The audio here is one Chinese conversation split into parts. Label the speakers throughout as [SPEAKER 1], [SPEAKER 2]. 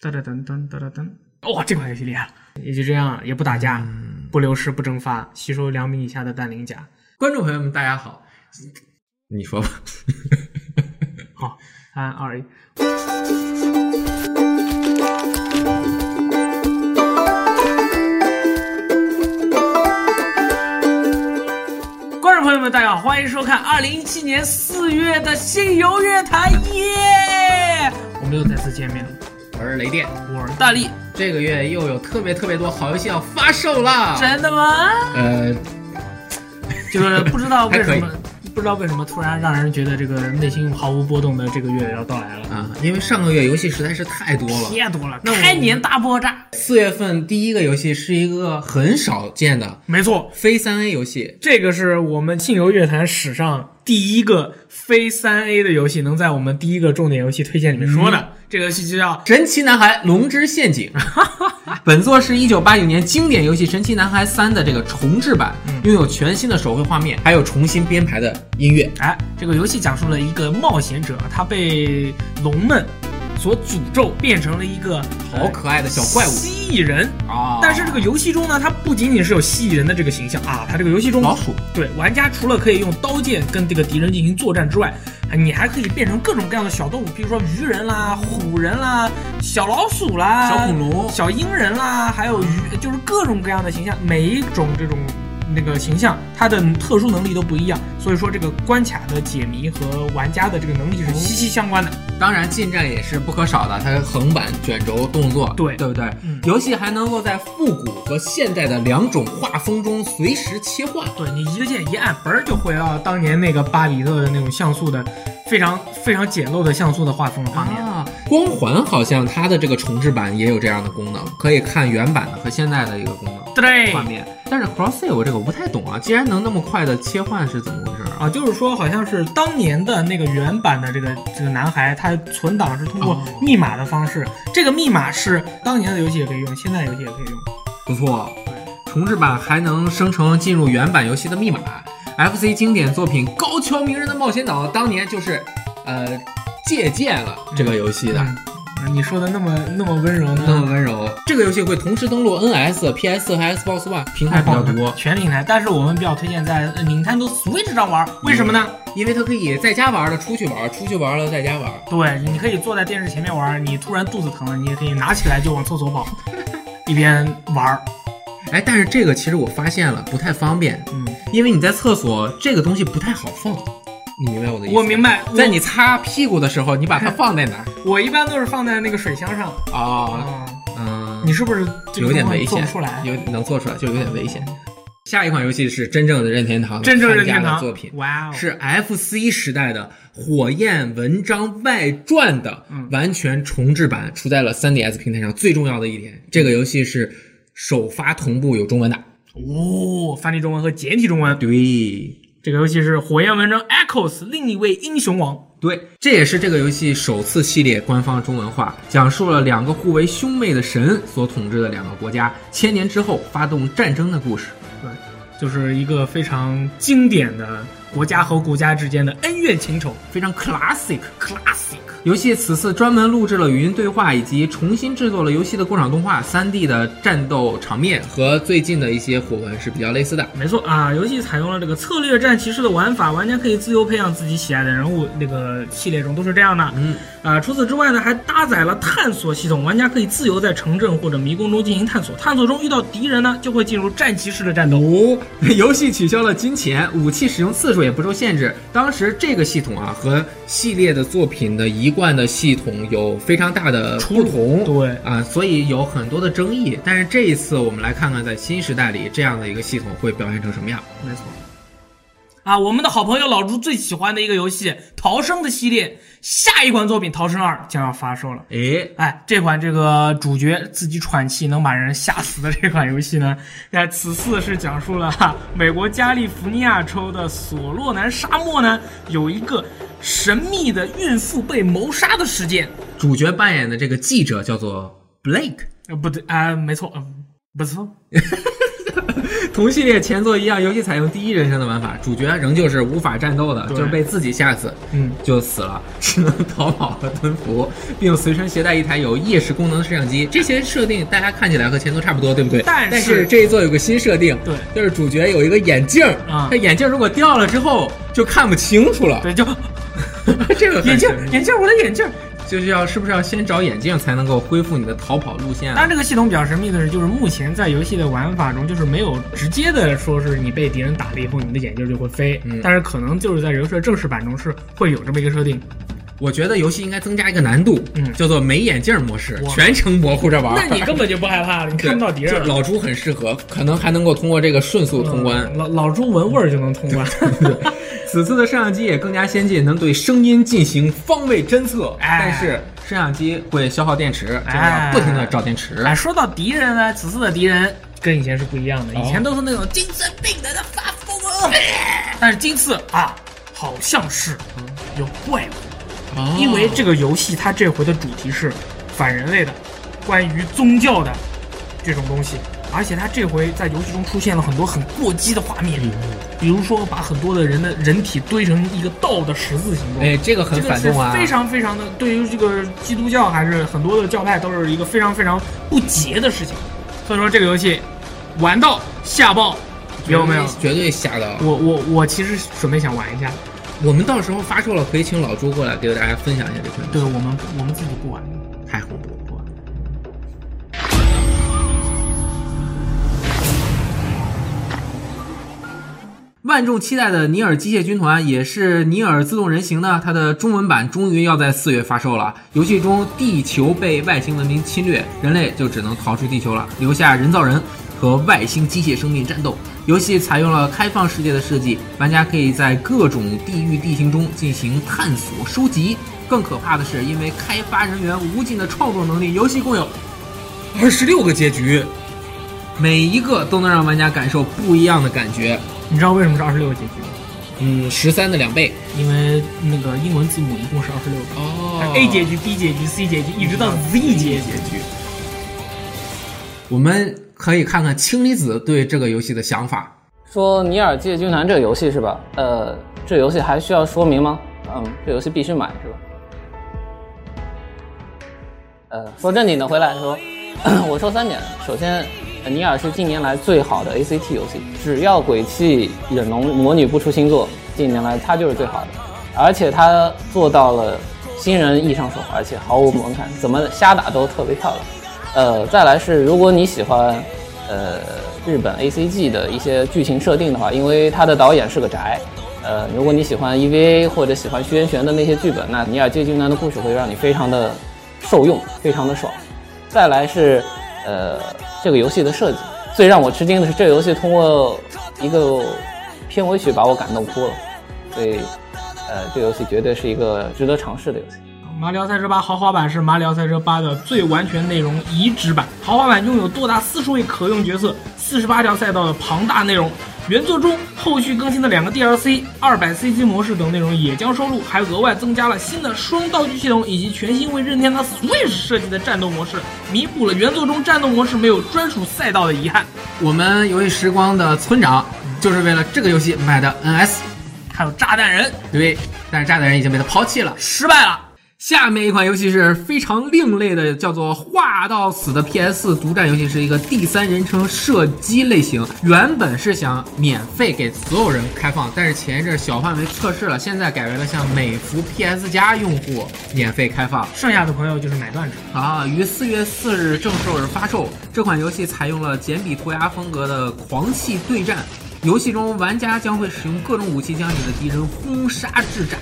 [SPEAKER 1] 哒哒噔噔哒哒噔，哇，这款游戏厉害了！也就这样，也不打架，不流失，不蒸发，吸收两米以下的氮磷钾。
[SPEAKER 2] 观众朋友们，大家好，
[SPEAKER 3] 你说吧，
[SPEAKER 1] 好，三二一，观众朋友们，大家好，欢迎收看二零一七年四月的信游乐坛，耶！我们又再次见面了，
[SPEAKER 2] 我是雷电。
[SPEAKER 1] 我是大力，
[SPEAKER 2] 这个月又有特别特别多好游戏要发售了，
[SPEAKER 1] 真的吗？
[SPEAKER 2] 呃，
[SPEAKER 1] 就是不知道为什
[SPEAKER 2] 还
[SPEAKER 1] 么，不知道为什么突然让人觉得这个内心毫无波动的这个月要到来了，
[SPEAKER 2] 啊，因为上个月游戏实在是太多 了，
[SPEAKER 1] 太多了，
[SPEAKER 2] 那我
[SPEAKER 1] 开年大爆炸，
[SPEAKER 2] 四月份第一个游戏是一个很少见的
[SPEAKER 1] 没错，
[SPEAKER 2] 非三 A 游戏，
[SPEAKER 1] 这个是我们信游乐坛史上第一个非三 A 的游戏，能在我们第一个重点游戏推荐里面说的。这个游戏就叫
[SPEAKER 2] 《神奇男孩：龙之陷阱》。 本作是一九八九年经典游戏《神奇男孩三》的这个重制版，
[SPEAKER 1] 嗯
[SPEAKER 2] 拥有全新的手绘画面，还有重新编排的音乐。
[SPEAKER 1] 哎，这个游戏讲述了一个冒险者，他被龙们所诅咒，变成了一个
[SPEAKER 2] 好可爱的小怪物
[SPEAKER 1] 哎蜥蜴人。
[SPEAKER 2] 啊
[SPEAKER 1] 但是这个游戏中呢，它不仅仅是有蜥蜴人的这个形象啊，它这个游戏中
[SPEAKER 2] 老鼠
[SPEAKER 1] 对玩家除了可以用刀剑跟这个敌人进行作战之外，啊你还可以变成各种各样的小动物，比如说鱼人啦、虎人啦、小老鼠啦、
[SPEAKER 2] 小恐龙
[SPEAKER 1] 小鹰人啦，还有鱼，就是各种各样的形象，每一种这种。那个形象，它的特殊能力都不一样，所以说这个关卡的解谜和玩家的这个能力是息息相关的。
[SPEAKER 2] 当然，近战也是不可少的，它横版、卷轴、动作，
[SPEAKER 1] 对
[SPEAKER 2] 对不对、
[SPEAKER 1] 嗯
[SPEAKER 2] 游戏还能够在复古和现代的两种画风中随时切换。
[SPEAKER 1] 对你一个键一按，嘣儿就回到当年那个巴里特的那种像素的，非常非常简陋的像素的画风的画面。
[SPEAKER 2] 啊，光环好像它的这个重置版也有这样的功能，可以看原版的和现在的一个功能
[SPEAKER 1] 对
[SPEAKER 2] 画面。但是 Cross Save 这个我不太懂啊，既然能那么快的切换是怎么回事啊？
[SPEAKER 1] 啊，就是说好像是当年的那个原版的这个这个男孩，他存档是通过
[SPEAKER 2] 哦
[SPEAKER 1] 密码的方式，这个密码是当年的游戏也可以用，现在游戏也可以用。
[SPEAKER 2] 不错，哦重置版还能生成进入原版游戏的密码。FC 经典作品《高桥名人的冒险岛》当年就是，呃，借鉴了这个游戏的。
[SPEAKER 1] 嗯啊你说的那么那么温柔
[SPEAKER 2] 那么
[SPEAKER 1] 呢？
[SPEAKER 2] 温柔，哦这个游戏会同时登录 NS、PS 和 Xbox One 平台比较
[SPEAKER 1] 棒了
[SPEAKER 2] 多，
[SPEAKER 1] 全平台，但是我们比较推荐在呃 Nintendo Switch 上玩，为什么呢？
[SPEAKER 2] 因为它可以在家玩了，出去玩，出去玩了，在家玩。
[SPEAKER 1] 对，你可以坐在电视前面玩，你突然肚子疼了，你也可以拿起来就往厕所跑，一边玩儿。
[SPEAKER 2] 哎，但是这个其实我发现了不太方便，
[SPEAKER 1] 嗯，
[SPEAKER 2] 因为你在厕所这个东西不太好放，你明白我的意思吗？
[SPEAKER 1] 我明白我
[SPEAKER 2] 在你擦屁股的时候，你把它放在哪儿？
[SPEAKER 1] 我一般都是放在那个水箱上。
[SPEAKER 2] 哦，
[SPEAKER 1] 啊，
[SPEAKER 2] 嗯，
[SPEAKER 1] 你是不是这个
[SPEAKER 2] 有点
[SPEAKER 1] 动作
[SPEAKER 2] 危
[SPEAKER 1] 做
[SPEAKER 2] 险
[SPEAKER 1] 不出来，？
[SPEAKER 2] 有能做出来就有点危险。下一款游戏是真正的任天堂的
[SPEAKER 1] 真正任天
[SPEAKER 2] 参加
[SPEAKER 1] 堂
[SPEAKER 2] 的作品，
[SPEAKER 1] 哇哦，
[SPEAKER 2] 是 FC 时代的《火焰文章外传》的
[SPEAKER 1] 嗯
[SPEAKER 2] 完全重制版，出在了 3DS 平台上。最重要的一点，这个游戏是首发同步有中文的。
[SPEAKER 1] 哦，繁体中文和简体中文。
[SPEAKER 2] 对，
[SPEAKER 1] 这个游戏是《火焰文章 Echoes》另一位英雄王。
[SPEAKER 2] 对，这也是这个游戏首次系列官方中文化，讲述了两个互为兄妹的神所统治的两个国家，千年之后发动战争的故事。
[SPEAKER 1] 对，就是一个非常经典的国家和国家之间的恩怨情仇
[SPEAKER 2] 非常 classic。
[SPEAKER 1] ，classic。
[SPEAKER 2] 游戏此次专门录制了语音对话，以及重新制作了游戏的过场动画、3D 的战斗场面和最近的一些火纹是比较类似的。
[SPEAKER 1] 没错啊，游戏采用了这个策略战骑士的玩法，玩家可以自由培养自己喜爱的人物。那个系列中都是这样的。
[SPEAKER 2] 嗯，
[SPEAKER 1] 啊，除此之外呢，还搭载了探索系统，玩家可以自由在城镇或者迷宫中进行探索。探索中遇到敌人呢，就会进入战骑士的战斗。
[SPEAKER 2] 五、 游戏取消了金钱，武器使用次数也不受限制。当时这个系统啊，和系列的作品的一贯的系统有非常大的
[SPEAKER 1] 出
[SPEAKER 2] 不
[SPEAKER 1] 入
[SPEAKER 2] 同。
[SPEAKER 1] 对
[SPEAKER 2] 啊，所以有很多的争议。但是这一次，我们来看看在新时代里这样的一个系统会表现成什么样。
[SPEAKER 1] 没错。啊，我们的好朋友老朱最喜欢的一个游戏《逃生》的系列，下一款作品《逃生二》将要发售了。
[SPEAKER 2] 诶，
[SPEAKER 1] 哎，这款这个主角自己喘气能把人吓死的这款游戏呢，那此次是讲述了哈、美国加利福尼亚州的索洛南沙漠呢，有一个神秘的孕妇被谋杀的事件。
[SPEAKER 2] 主角扮演的这个记者叫做 Blake，
[SPEAKER 1] 呃呃，不对啊、没错，嗯，不错，
[SPEAKER 2] 同系列前作一样，游戏采用第一人称的玩法，主角仍旧是无法战斗的，
[SPEAKER 1] 对
[SPEAKER 2] 就是被自己吓死
[SPEAKER 1] 嗯，
[SPEAKER 2] 就死了，只能逃跑和蹲伏，并随身携带一台有夜视功能的摄像机。这些设定大家看起来和前作差不多，对不对？
[SPEAKER 1] 但是
[SPEAKER 2] 但这一作有个新设定，
[SPEAKER 1] 对
[SPEAKER 2] 就是主角有一个眼镜儿，
[SPEAKER 1] 啊
[SPEAKER 2] 他眼镜如果掉了之后就看不清楚了。
[SPEAKER 1] 对，就
[SPEAKER 2] 这个很
[SPEAKER 1] 眼镜
[SPEAKER 2] 神秘
[SPEAKER 1] 眼镜，我的眼镜。
[SPEAKER 2] 就是要是不是要先找眼镜才能够恢复你的逃跑路线
[SPEAKER 1] 当
[SPEAKER 2] 啊？
[SPEAKER 1] 然，这个系统比较神秘的是，就是目前在游戏的玩法中，就是没有直接的说是你被敌人打了以后，你的眼镜就会飞。
[SPEAKER 2] 嗯
[SPEAKER 1] 但是可能就是在游戏的正式版中是会有这么一个设定。
[SPEAKER 2] 啊我觉得游戏应该增加一个难度，
[SPEAKER 1] 嗯
[SPEAKER 2] 叫做没眼镜模式，
[SPEAKER 1] 哇
[SPEAKER 2] 全程模糊着玩。
[SPEAKER 1] 那你根本就不害怕了，你
[SPEAKER 2] 对
[SPEAKER 1] 看不到敌人
[SPEAKER 2] 就
[SPEAKER 1] 了。
[SPEAKER 2] 老朱很适合，可能还能够通过这个迅速通关。
[SPEAKER 1] 嗯老老朱闻味儿就能通关。
[SPEAKER 2] 此次的摄像机也更加先进，能对声音进行方位侦测，
[SPEAKER 1] 哎
[SPEAKER 2] 但是摄像机会消耗电池，就是
[SPEAKER 1] 哎
[SPEAKER 2] 要不停的找电池。
[SPEAKER 1] 哎，说到敌人呢，此次的敌人跟以前是不一样的，以
[SPEAKER 2] 哦
[SPEAKER 1] 前都是那种精神病人的发疯了，但是今次啊，好像是有怪物，
[SPEAKER 2] 哦
[SPEAKER 1] 因为这个游戏它这回的主题是反人类的，关于宗教的这种东西，而且它这回在游戏中出现了很多很过激的画面，比如说把很多的人的人体堆成一个倒的十字形状。
[SPEAKER 2] 哎，这个很
[SPEAKER 1] 这个
[SPEAKER 2] 反
[SPEAKER 1] 是
[SPEAKER 2] 动啊，
[SPEAKER 1] 非常非常的，对于这个基督教还是很多的教派都是一个非常非常不洁的事情。所以说这个游戏玩到吓爆，有没有？
[SPEAKER 2] 绝对吓到。
[SPEAKER 1] 我我我其实准备想玩一下，
[SPEAKER 2] 我们到时候发售了，可以请老朱过来给大家分享一下这款游戏。
[SPEAKER 1] 对我们我们自己不玩。
[SPEAKER 2] 太恐怖了！万众期待的《尼尔：机械军团》也是《尼尔：自动人形》呢，它的中文版终于要在四月发售了。游戏中，地球被外星文明侵略，人类就只能逃出地球了，留下人造人和外星机械生命战斗。游戏采用了开放世界的设计，玩家可以在各种地域地形中进行探索、收集。更可怕的是，因为开发人员无尽的创作能力，游戏共有二十六个结局，每一个都能让玩家感受不一样的感觉。
[SPEAKER 1] 你知道为什么是二十六个结局吗？
[SPEAKER 2] 嗯，十三的两倍
[SPEAKER 1] 因为那个英文字母一共是二十六个、
[SPEAKER 2] 哦
[SPEAKER 1] a 结局、B 结局、C 结局，一直到 Z 结局。
[SPEAKER 2] 局。我们可以看看氢离子对这个游戏的想法。
[SPEAKER 4] 说《尼尔：机械军团》这个游戏是吧？呃，这游戏还需要说明吗？嗯，这游戏必须买是吧？呃，说正经的回来说， 我说三点。首先，呃尼尔是近年来最好的 ACT 游戏，只要鬼泣、忍龙、魔女不出新作，近年来它就是最好的，而且它做到了新人易上手，而且毫无门槛，怎么瞎打都特别漂亮。呃，再来是如果你喜欢呃日本 ACG 的一些剧情设定的话，因为它的导演是个宅。呃，如果你喜欢 EVA 或者喜欢虚渊玄的那些剧本，那《尼尔：机械军团》的故事会让你非常的受用，非常的爽。再来是，呃，这个游戏的设计。最让我吃惊的是，这个游戏通过一个片尾曲把我感动哭了。所以，呃，这个游戏绝对是一个值得尝试的游戏。
[SPEAKER 1] 马里奥赛车八豪华版是马里奥赛车八的最完全内容移植版，豪华版拥有多达四十位可用角色、四十八条赛道的庞大内容。原作中后续更新的两个 DLC、二百 CG 模式等内容也将收录，还额外增加了新的双道具系统以及全新为任天堂 Switch 设计的战斗模式，弥补了原作中战斗模式没有专属赛道的遗憾。
[SPEAKER 2] 我们游戏时光的村长就是为了这个游戏买的 NS，
[SPEAKER 1] 还有炸弹人
[SPEAKER 2] 对，但是炸弹人已经被他抛弃了。
[SPEAKER 1] 失败了，
[SPEAKER 2] 下面一款游戏是非常另类的，叫做《画到死》的 PS 独占游戏，是一个第三人称射击类型。原本是想免费给所有人开放，但是前一阵小范围测试了，现在改为了向每幅 PS 加用户免费开放。
[SPEAKER 1] 剩下的朋友就是买断制。
[SPEAKER 2] 啊，于四月四日正式日发售。这款游戏采用了简笔涂鸦风格的狂气对战，游戏中玩家将会使用各种武器将你的敌人轰杀至渣，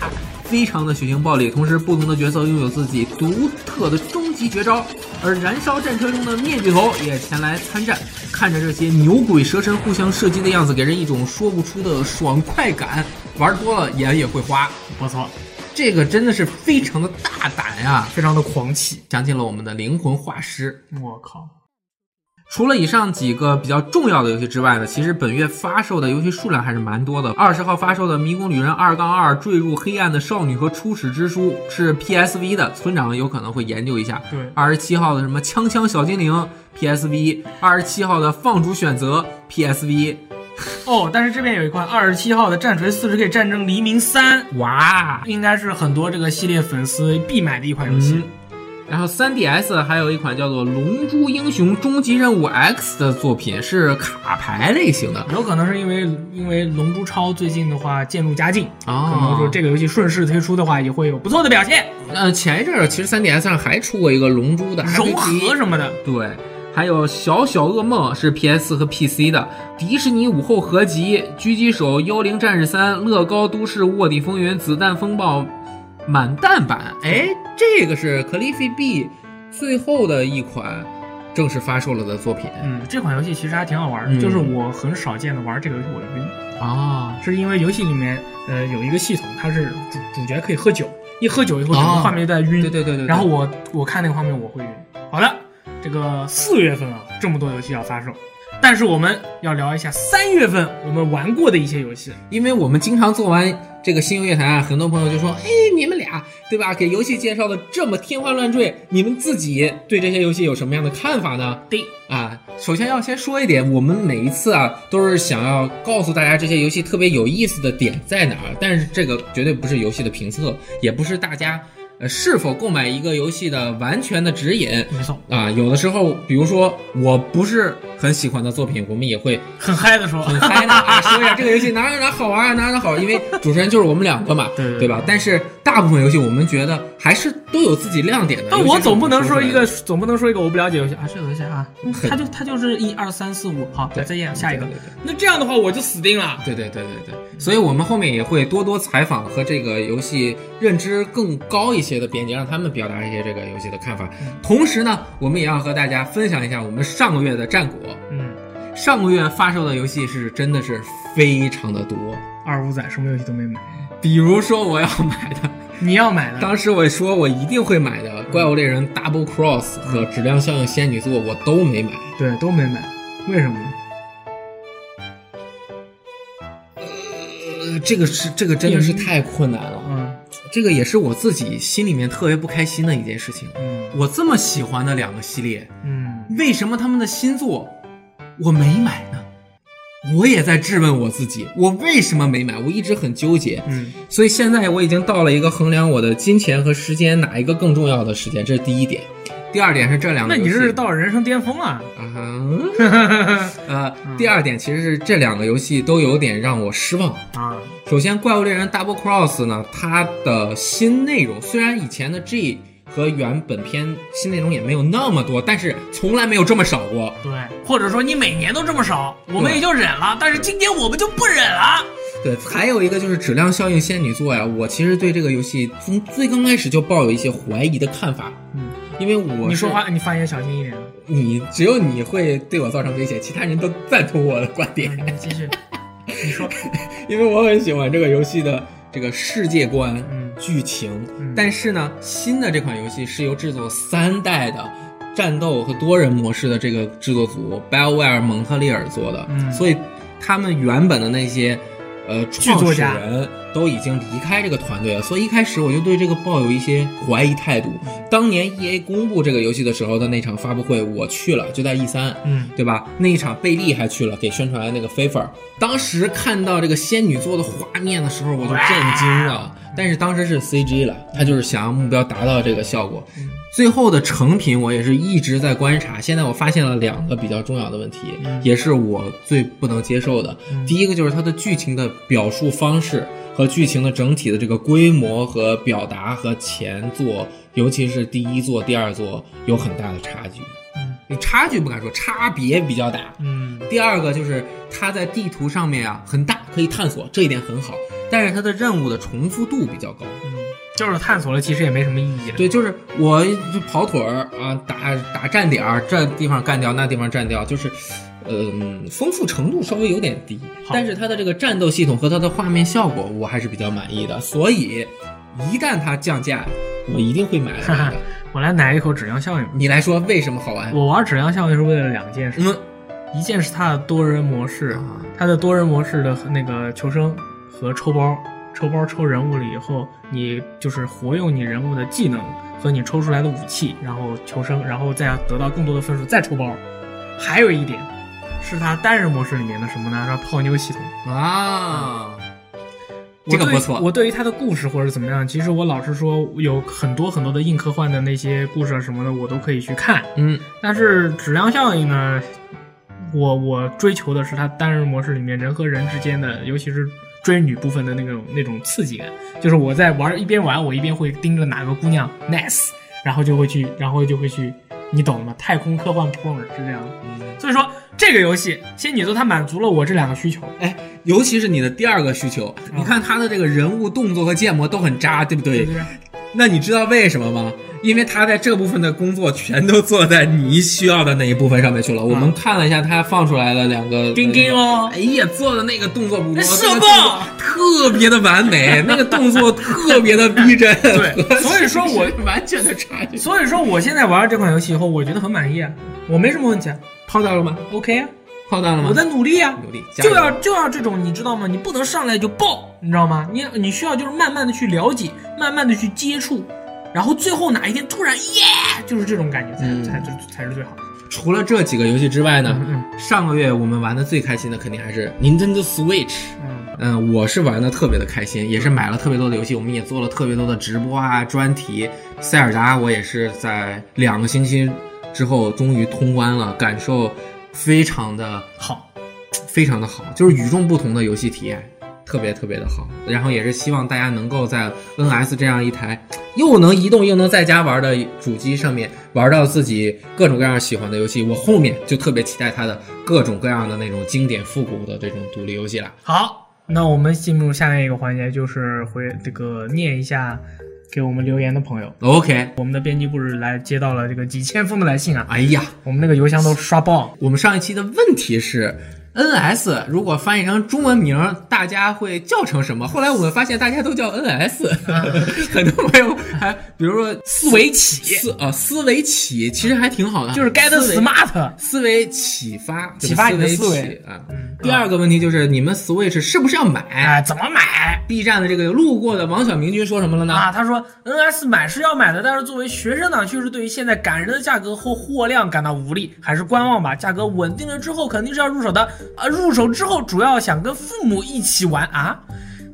[SPEAKER 2] 非常的血腥暴力。同时，不同的角色拥有自己独特的终极绝招，而燃烧战车中的灭巨头也前来参战。看着这些牛鬼蛇神互相射击的样子，给人一种说不出的爽快感。玩多了眼也会花，
[SPEAKER 1] 不错，
[SPEAKER 2] 这个真的是非常的大胆啊呀、
[SPEAKER 1] 非常的狂气，
[SPEAKER 2] 想起了我们的灵魂画师。
[SPEAKER 1] 我靠！
[SPEAKER 2] 除了以上几个比较重要的游戏之外呢，其实本月发售的游戏数量还是蛮多的。二十号发售的《迷宫旅人二杠二：坠入黑暗的少女和初始之书》是 PSV 的，村长有可能会研究一下。
[SPEAKER 1] 对
[SPEAKER 2] 二十七号的什么《锵锵小精灵》PSV，二十七号的《放逐选择》 PSV。
[SPEAKER 1] 哦，但是这边有一款二十七号的战锤四十 K 战争黎明三，
[SPEAKER 2] 哇，
[SPEAKER 1] 应该是很多这个系列粉丝必买的一款游戏。
[SPEAKER 2] 嗯然后 3DS 还有一款叫做《龙珠英雄终极任务 X》的作品，是卡牌类型的
[SPEAKER 1] 有可能是因为因为《龙珠超》最近的话渐入佳境，可能说
[SPEAKER 2] 哦。
[SPEAKER 1] 这个游戏顺势推出的话，也会有不错的表现，
[SPEAKER 2] 呃，前一阵儿其实 3DS 上还出过一个龙珠的
[SPEAKER 1] 融
[SPEAKER 2] RPG
[SPEAKER 1] 合什么的。
[SPEAKER 2] 对，还有《小小噩梦》是 PS 和 PC 的，迪士尼午后合集《狙击手》《幽灵战士三》《乐高都市》《卧底风云》《子弹风暴》满弹版。哎，这个是 Cliffy B 最后的一款正式发售了的作品
[SPEAKER 1] 嗯，这款游戏其实还挺好玩的，
[SPEAKER 2] 嗯
[SPEAKER 1] 就是我很少见的玩这个游戏我晕，
[SPEAKER 2] 啊。
[SPEAKER 1] 是因为游戏里面呃有一个系统，它是主主角可以喝酒，一喝酒以后
[SPEAKER 2] 哦
[SPEAKER 1] 整个画面就在晕，
[SPEAKER 2] 对对嗯对对对
[SPEAKER 1] 然后我我看那个画面我会晕。好的，这个四月份啊，这么多游戏要发售，但是我们要聊一下三月份我们玩过的一些游戏。
[SPEAKER 2] 因为我们经常做完这个新游乐坛啊，很多朋友就说：“哎，你们俩对吧？给游戏介绍的这么天花乱坠，你们自己对这些游戏有什么样的看法呢？”
[SPEAKER 1] 对
[SPEAKER 2] 啊，首先要先说一点，我们每一次啊都是想要告诉大家这些游戏特别有意思的点在哪儿，但是这个绝对不是游戏的评测，也不是大家呃是否购买一个游戏的完全的指引。
[SPEAKER 1] 没错，
[SPEAKER 2] 啊，有的时候，比如说我不是很喜欢的作品，我们也会
[SPEAKER 1] 很嗨的说，
[SPEAKER 2] 很嗨呢，啊说一下这个游戏哪儿哪儿好玩啊，哪儿哪儿好，因为主持人就是我们两个嘛，
[SPEAKER 1] 对对对
[SPEAKER 2] 吧？但是大部分游戏我们觉得还是都有自己亮点的。
[SPEAKER 1] 但
[SPEAKER 2] 尤其
[SPEAKER 1] 我
[SPEAKER 2] 是
[SPEAKER 1] 总不能说一
[SPEAKER 2] 出来
[SPEAKER 1] 个，
[SPEAKER 2] 的
[SPEAKER 1] 总不能说一个我不了解游戏啊，这个游戏啊，他就他就是一二三四五，好，
[SPEAKER 2] 嗯对
[SPEAKER 1] 再见，下一个
[SPEAKER 2] 对。对对
[SPEAKER 1] 那这样的话我就死定了。
[SPEAKER 2] 对对对对对，所以我们后面也会多多采访和这个游戏认知更高一些的编辑，让他们表达一些这个游戏的看法。
[SPEAKER 1] 嗯
[SPEAKER 2] 同时呢，我们也要和大家分享一下我们上个月的战果。
[SPEAKER 1] 嗯，
[SPEAKER 2] 上个月发售的游戏是真的是非常的多，
[SPEAKER 1] 二五仔什么游戏都没买，
[SPEAKER 2] 比如说我要买的
[SPEAKER 1] 你要买的，
[SPEAKER 2] 当时我说我一定会买的《怪物猎人 Double Cross》和《质量效应仙女座》，我都没买。
[SPEAKER 1] 对，都没买，为什么呢？
[SPEAKER 2] 呃，这个是这个真的是太困难了，
[SPEAKER 1] 嗯
[SPEAKER 2] 这个也是我自己心里面特别不开心的一件事情。
[SPEAKER 1] 嗯
[SPEAKER 2] 我这么喜欢的两个系列，
[SPEAKER 1] 嗯，
[SPEAKER 2] 为什么他们的新作我没买呢？我也在质问我自己，我为什么没买？我一直很纠结。
[SPEAKER 1] 嗯，
[SPEAKER 2] 所以现在我已经到了一个衡量我的金钱和时间哪一个更重要的时间，这是第一点。第二点是这两个
[SPEAKER 1] 那
[SPEAKER 2] 游戏，
[SPEAKER 1] 你这是到了人生巅峰啊！
[SPEAKER 2] 啊，呃，第二点其实是这两个游戏都有点让我失望。
[SPEAKER 1] 啊，
[SPEAKER 2] 首先，《怪物猎人 Double Cross》呢，它的新内容虽然以前的 G 和原本片新内容也没有那么多，但是从来没有这么少过。
[SPEAKER 1] 对，或者说你每年都这么少，我们也就忍了，但是今天我们就不忍了。
[SPEAKER 2] 对，还有一个就是《质量效应仙女座》呀，我其实对这个游戏从最刚开始就抱有一些怀疑的看法。
[SPEAKER 1] 嗯，
[SPEAKER 2] 因为我
[SPEAKER 1] 你
[SPEAKER 2] 是
[SPEAKER 1] 说，话你发言小心一点，啊
[SPEAKER 2] 你只有你会对我造成威胁，其他人都赞同我的观点。
[SPEAKER 1] 嗯你继 续，你说，
[SPEAKER 2] 因为我很喜欢这个游戏的这个世界观、
[SPEAKER 1] 嗯
[SPEAKER 2] 剧情，
[SPEAKER 1] 嗯
[SPEAKER 2] 但是呢，新的这款游戏是由制作三代的战斗和多人模式的这个制作组 BioWare 蒙特利尔做的，
[SPEAKER 1] 嗯
[SPEAKER 2] 所以他们原本的那些。呃，
[SPEAKER 1] 剧作
[SPEAKER 2] 创始
[SPEAKER 1] 家
[SPEAKER 2] 人都已经离开这个团队了，所以一开始我就对这个抱有一些怀疑态度。当年 E A 公布这个游戏的时候的那场发布会，我去了，就在 E 三，
[SPEAKER 1] 嗯
[SPEAKER 2] 对吧？那一场贝利还去了给宣传那个飞粉儿。当时看到这个仙女座的画面的时候，我就震惊了。但是当时是 CG 了，他就是想要目标达到这个效果。最后的成品我也是一直在观察。现在我发现了两个比较重要的问题，也是我最不能接受的。第一个就是它的剧情的表述方式和剧情的整体的这个规模和表达和前作，尤其是第一作、第二作有很大的差距。你差距不敢说，差别比较大。
[SPEAKER 1] 嗯
[SPEAKER 2] 第二个就是它在地图上面啊很大，可以探索，这一点很好。但是它的任务的重复度比较高。
[SPEAKER 1] 嗯，就是探索了，其实也没什么意义了。
[SPEAKER 2] 对，就是我就跑腿儿啊，打打站点儿，这地方干掉，那地方干掉，就是，嗯、丰富程度稍微有点低，
[SPEAKER 1] 好
[SPEAKER 2] 但是它的这个战斗系统和它的画面效果，我还是比较满意的。所以一旦它降价，我一定会买来的。
[SPEAKER 1] 我来奶一口质量效应吧。
[SPEAKER 2] 你来说为什么好玩？
[SPEAKER 1] 我玩质量效应是为了两件事，
[SPEAKER 2] 嗯，
[SPEAKER 1] 一件是它的多人模式，
[SPEAKER 2] 啊
[SPEAKER 1] 它的多人模式的那个求生和抽包，抽包抽人物了以后，你就是活用你人物的技能和你抽出来的武器，然后求生，然后再得到更多的分数再抽包。还有一点，是它单人模式里面的什么呢？叫泡妞系统。
[SPEAKER 2] 啊，
[SPEAKER 1] 我
[SPEAKER 2] 这个
[SPEAKER 1] 对
[SPEAKER 2] 不错
[SPEAKER 1] 嗯我对于它的故事或者怎么样，其实我老实说，有很多很多的硬科幻的那些故事啊什么的，我都可以去看。
[SPEAKER 2] 嗯，
[SPEAKER 1] 但是质量效应呢，我我追求的是它单人模式里面人和人之间的，尤其是追女部分的那种那种刺激感，就是我在玩一边玩，我一边会盯着哪个姑娘 nice，然后就会去，然后就会去，你懂的吗？太空科幻 porn 是这样的，
[SPEAKER 2] 嗯
[SPEAKER 1] 所以说这个游戏《仙女座》它满足了我这两个需求，
[SPEAKER 2] 哎，尤其是你的第二个需
[SPEAKER 1] 啊
[SPEAKER 2] 求，你看他的这个人物动作和建模都很渣，对不对？
[SPEAKER 1] 就是
[SPEAKER 2] 那你知道为什么吗？因为他在这部分的工作全都做在你需要的那一部分上面去了。我们看了一下他放出来的两个
[SPEAKER 1] 啊钉钉哦
[SPEAKER 2] 哎，呀，做的那个动作捕捉，
[SPEAKER 1] 那射
[SPEAKER 2] 这个
[SPEAKER 1] 爆
[SPEAKER 2] 动作特别的完美，那个动作特别的逼真。
[SPEAKER 1] 对所以说 我
[SPEAKER 2] 完全的差 距。
[SPEAKER 1] 所以说我现在玩了这款游戏以后，我觉得很满意啊，我没什么问题啊
[SPEAKER 2] 泡到了吗？
[SPEAKER 1] ，OK 啊，
[SPEAKER 2] 泡到了吗？
[SPEAKER 1] 我在努力啊，
[SPEAKER 2] 努力，加油
[SPEAKER 1] 就要就要这种，你知道吗？你不能上来就爆，你知道吗？你你需要就是慢慢的去了解，慢慢的去接触，然后最后哪一天突然耶，就是这种感觉才、
[SPEAKER 2] 嗯
[SPEAKER 1] 才才才是最好的。
[SPEAKER 2] 除了这几个游戏之外呢，
[SPEAKER 1] 嗯
[SPEAKER 2] 上个月我们玩的最开心的肯定还是 Nintendo Switch。
[SPEAKER 1] 嗯
[SPEAKER 2] 嗯，我是玩的特别的开心，也是买了特别多的游戏，我们也做了特别多的直播啊、专题。塞尔达我也是在两个星期之后终于通关了，感受非常的
[SPEAKER 1] 好，
[SPEAKER 2] 非常的好，就是与众不同的游戏体验，特别特别的好。然后也是希望大家能够在 NS 这样一台又能移动又能在家玩的主机上面玩到自己各种各样喜欢的游戏。我后面就特别期待它的各种各样的那种经典复古的这种独立游戏了。
[SPEAKER 1] 好，那我们进入下面一个环节，就是回这个念一下给我们留言的朋友。
[SPEAKER 2] OK，
[SPEAKER 1] 我们的编辑部是来接到了这个几千封的来信啊，
[SPEAKER 2] 哎呀，
[SPEAKER 1] 我们那个邮箱都刷爆了。
[SPEAKER 2] 我们上一期的问题是。NS 如果翻译成中文名儿，大家会叫成什么？后来我们发现大家都叫 NS，很 多朋友还比如说
[SPEAKER 1] 思维起
[SPEAKER 2] 思啊思维起，其实还挺好的，
[SPEAKER 1] 就是 get
[SPEAKER 2] 思维
[SPEAKER 1] smart，
[SPEAKER 2] 思维启发，对吧
[SPEAKER 1] 启发你的
[SPEAKER 2] 思
[SPEAKER 1] 思维嗯
[SPEAKER 2] 起啊。第二个问题就是你们 Switch 是不是要买
[SPEAKER 1] 哎，怎么买？
[SPEAKER 2] ？B 站的这个路过的王小明君说什么了呢？
[SPEAKER 1] 啊，他说 NS 买是要买的，但是作为学生党，确实对于现在感人的价格或货量感到无力，还是观望吧。价格稳定了之后，肯定是要入手的。啊，入手之后主要想跟父母一起玩啊。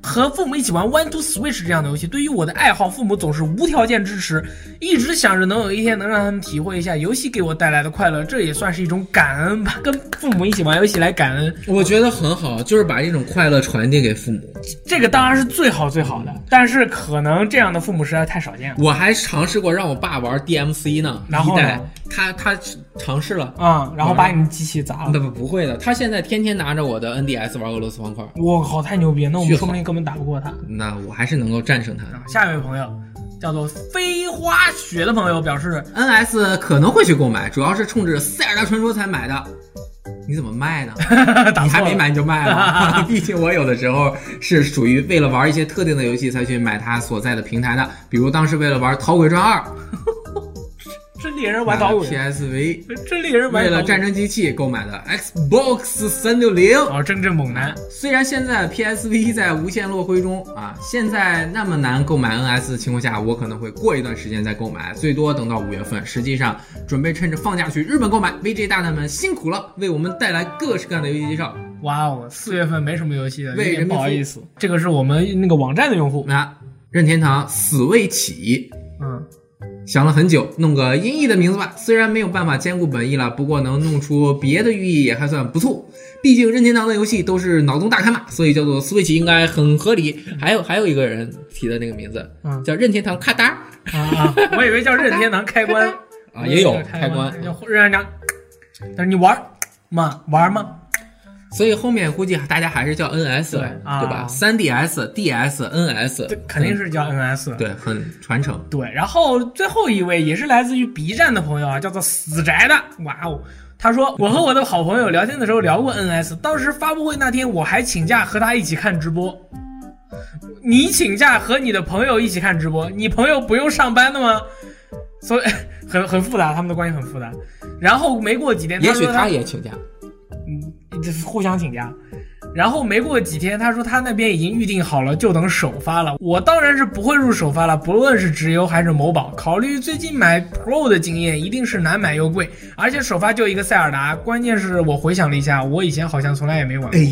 [SPEAKER 1] 和父母一起玩《One to Switch》这样的游戏，对于我的爱好，父母总是无条件支持，一直想着能有一天能让他们体会一下游戏给我带来的快乐，这也算是一种感恩吧。 跟父母一起玩游戏来感恩，
[SPEAKER 2] 我觉得很好，就是把这种快乐传递给父母。
[SPEAKER 1] 这个当然是最好最好的，但是可能这样的父母实在太少见了
[SPEAKER 2] 我还尝试过让我爸玩 DMC 呢，
[SPEAKER 1] 然后
[SPEAKER 2] 一
[SPEAKER 1] 呢
[SPEAKER 2] 代他他尝试了，
[SPEAKER 1] 啊、然后把你的机器砸了
[SPEAKER 2] 嗯那。不不会的，他现在天天拿着我的 NDS 玩俄罗斯方块，
[SPEAKER 1] 我靠，太牛逼了！那我们
[SPEAKER 2] 巨好
[SPEAKER 1] 说不定根本打不过他。
[SPEAKER 2] 那我还是能够战胜他的。
[SPEAKER 1] 下一位朋友叫做飞花雪的朋友表示，
[SPEAKER 2] NS 可能会去购买，主要是冲着《塞尔达传说》才买的。你怎么卖 呢？
[SPEAKER 1] 打
[SPEAKER 2] 你
[SPEAKER 1] 错
[SPEAKER 2] 还
[SPEAKER 1] 了
[SPEAKER 2] 没买你就卖 了，毕竟我有的时候是属于为了玩一些特定的游戏才去买它所在的平台的，比如当时为了玩《逃鬼传二》
[SPEAKER 1] 这猎人
[SPEAKER 2] 买
[SPEAKER 1] 玩
[SPEAKER 2] 了
[SPEAKER 1] 导轨，
[SPEAKER 2] ，PSV，
[SPEAKER 1] 这猎人玩
[SPEAKER 2] 哎为了
[SPEAKER 1] 导轨
[SPEAKER 2] 战争机器购买的 Xbox 三六零。
[SPEAKER 1] 啊，真正猛男
[SPEAKER 2] 虽然现在 PSV 在无限落灰中啊，现在那么难购买 NS 的情况下，我可能会过一段时间再购买，最多等到五月份。实际上，准备趁着放假去日本购买。VJ 大大们辛苦了，为我们带来各式各样的游戏介绍。
[SPEAKER 1] 哇哦，四月份没什么游戏的，有
[SPEAKER 2] 为人
[SPEAKER 1] 点
[SPEAKER 2] 民
[SPEAKER 1] 不好
[SPEAKER 2] 服务
[SPEAKER 1] 意思。这个是我们那个网站的用户，
[SPEAKER 2] 那、任天堂死未起，
[SPEAKER 1] 嗯，
[SPEAKER 2] 想了很久，弄个音译的名字吧。虽然没有办法兼顾本意了，不过能弄出别的寓意也还算不错。毕竟任天堂的游戏都是脑洞大开嘛，所以叫做 Switch 应该很合理。还有还有一个人提的那个名字，
[SPEAKER 1] 嗯
[SPEAKER 2] 叫任天堂咔哒
[SPEAKER 1] 啊啊，我以为叫任天堂开关
[SPEAKER 2] 啊，也有
[SPEAKER 1] 嗯开
[SPEAKER 2] 开关。
[SPEAKER 1] 要任天堂，但是你玩儿吗？玩吗？
[SPEAKER 2] 所以后面估计大家还是叫 NS，
[SPEAKER 1] 对
[SPEAKER 2] 对
[SPEAKER 1] 啊
[SPEAKER 2] 吧？3 DS、DS、NS，
[SPEAKER 1] 这肯定是叫 NS 了。
[SPEAKER 2] 嗯很对，很传承。
[SPEAKER 1] 对，然后最后一位也是来自于 B 站的朋友啊，叫做死宅的，哇哦。他说：“我和我的好朋友聊天的时候聊过 NS，当时发布会那天我还请假和他一起看直播。你请假和你的朋友一起看直播，你朋友不用上班的吗？所以 很很复杂，他们的关系很复杂。然后没过几天，
[SPEAKER 2] 也
[SPEAKER 1] 他
[SPEAKER 2] 许
[SPEAKER 1] 说
[SPEAKER 2] 他也请假，
[SPEAKER 1] 这是互相请假。然后没过几天，他说他那边已经预定好了，就等首发了。我当然是不会入首发了，不论是直邮还是某宝。考虑最近买 Pro 的经验，一定是难买又贵，而且首发就一个塞尔达。关键是我回想了一下，我以前好像从来也没玩过。
[SPEAKER 2] 哎，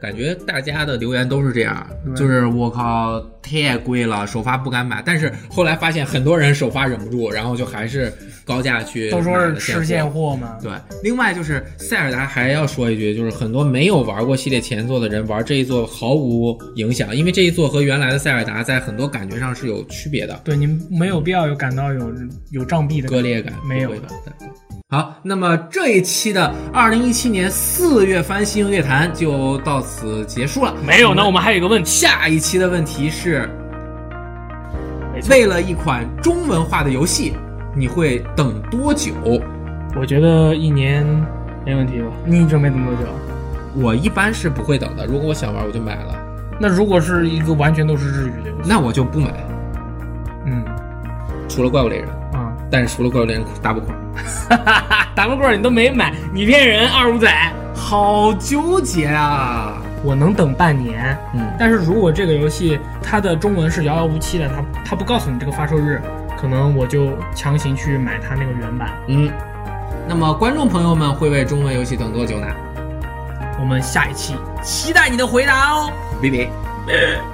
[SPEAKER 3] 感觉大
[SPEAKER 2] 大家的留言都是这样
[SPEAKER 1] 对，
[SPEAKER 2] 就是我靠，太贵了，首发不敢买。但是后来发现很多人首发忍不住，然后就还是高价去
[SPEAKER 1] 都说
[SPEAKER 2] 买
[SPEAKER 1] 是
[SPEAKER 2] 了
[SPEAKER 1] 吃现
[SPEAKER 2] 现货。
[SPEAKER 1] 货嘛，
[SPEAKER 2] 对，另外就是塞尔达还要说一句，就是很多没有玩过系列前作的人玩这一作毫无影响，因为这一作和原来的塞尔达在很多感觉上是有区别的。
[SPEAKER 1] 对，你没有必要有感到有有障壁的
[SPEAKER 2] 割裂感，
[SPEAKER 1] 没有
[SPEAKER 2] 不会的。对好，那么这一期的二零一七年四月番新乐坛就到此结束了。
[SPEAKER 1] 没有呢，我们还有一个问题，
[SPEAKER 2] 下一期的问题是
[SPEAKER 1] 没，错
[SPEAKER 2] 为了一款中文化的游戏，你会等多久？
[SPEAKER 1] 我觉得一年没问题吧？你准备等多久？
[SPEAKER 2] 我一般是不会等的，如果我想玩我就买了，
[SPEAKER 1] 那如果是一个完全都是日语的游戏，
[SPEAKER 2] 那我就不买。
[SPEAKER 1] 嗯
[SPEAKER 2] 除了怪物猎人，
[SPEAKER 1] 啊，
[SPEAKER 2] 但是除了怪物猎人打不垮。
[SPEAKER 1] 哈哈哈， 打个棍儿你都没买，你骗人，二五仔。
[SPEAKER 2] 好纠结啊！
[SPEAKER 1] 我能等半年，
[SPEAKER 2] 嗯
[SPEAKER 1] 但是如果这个游戏它的中文是遥遥无期的，它它不告诉你这个发售日，可能我就强行去买它那个原版。
[SPEAKER 2] 嗯，那么观众朋友们会为中文游戏等多久呢？
[SPEAKER 1] 我们下一期期待你的回答哦。
[SPEAKER 2] 拜拜。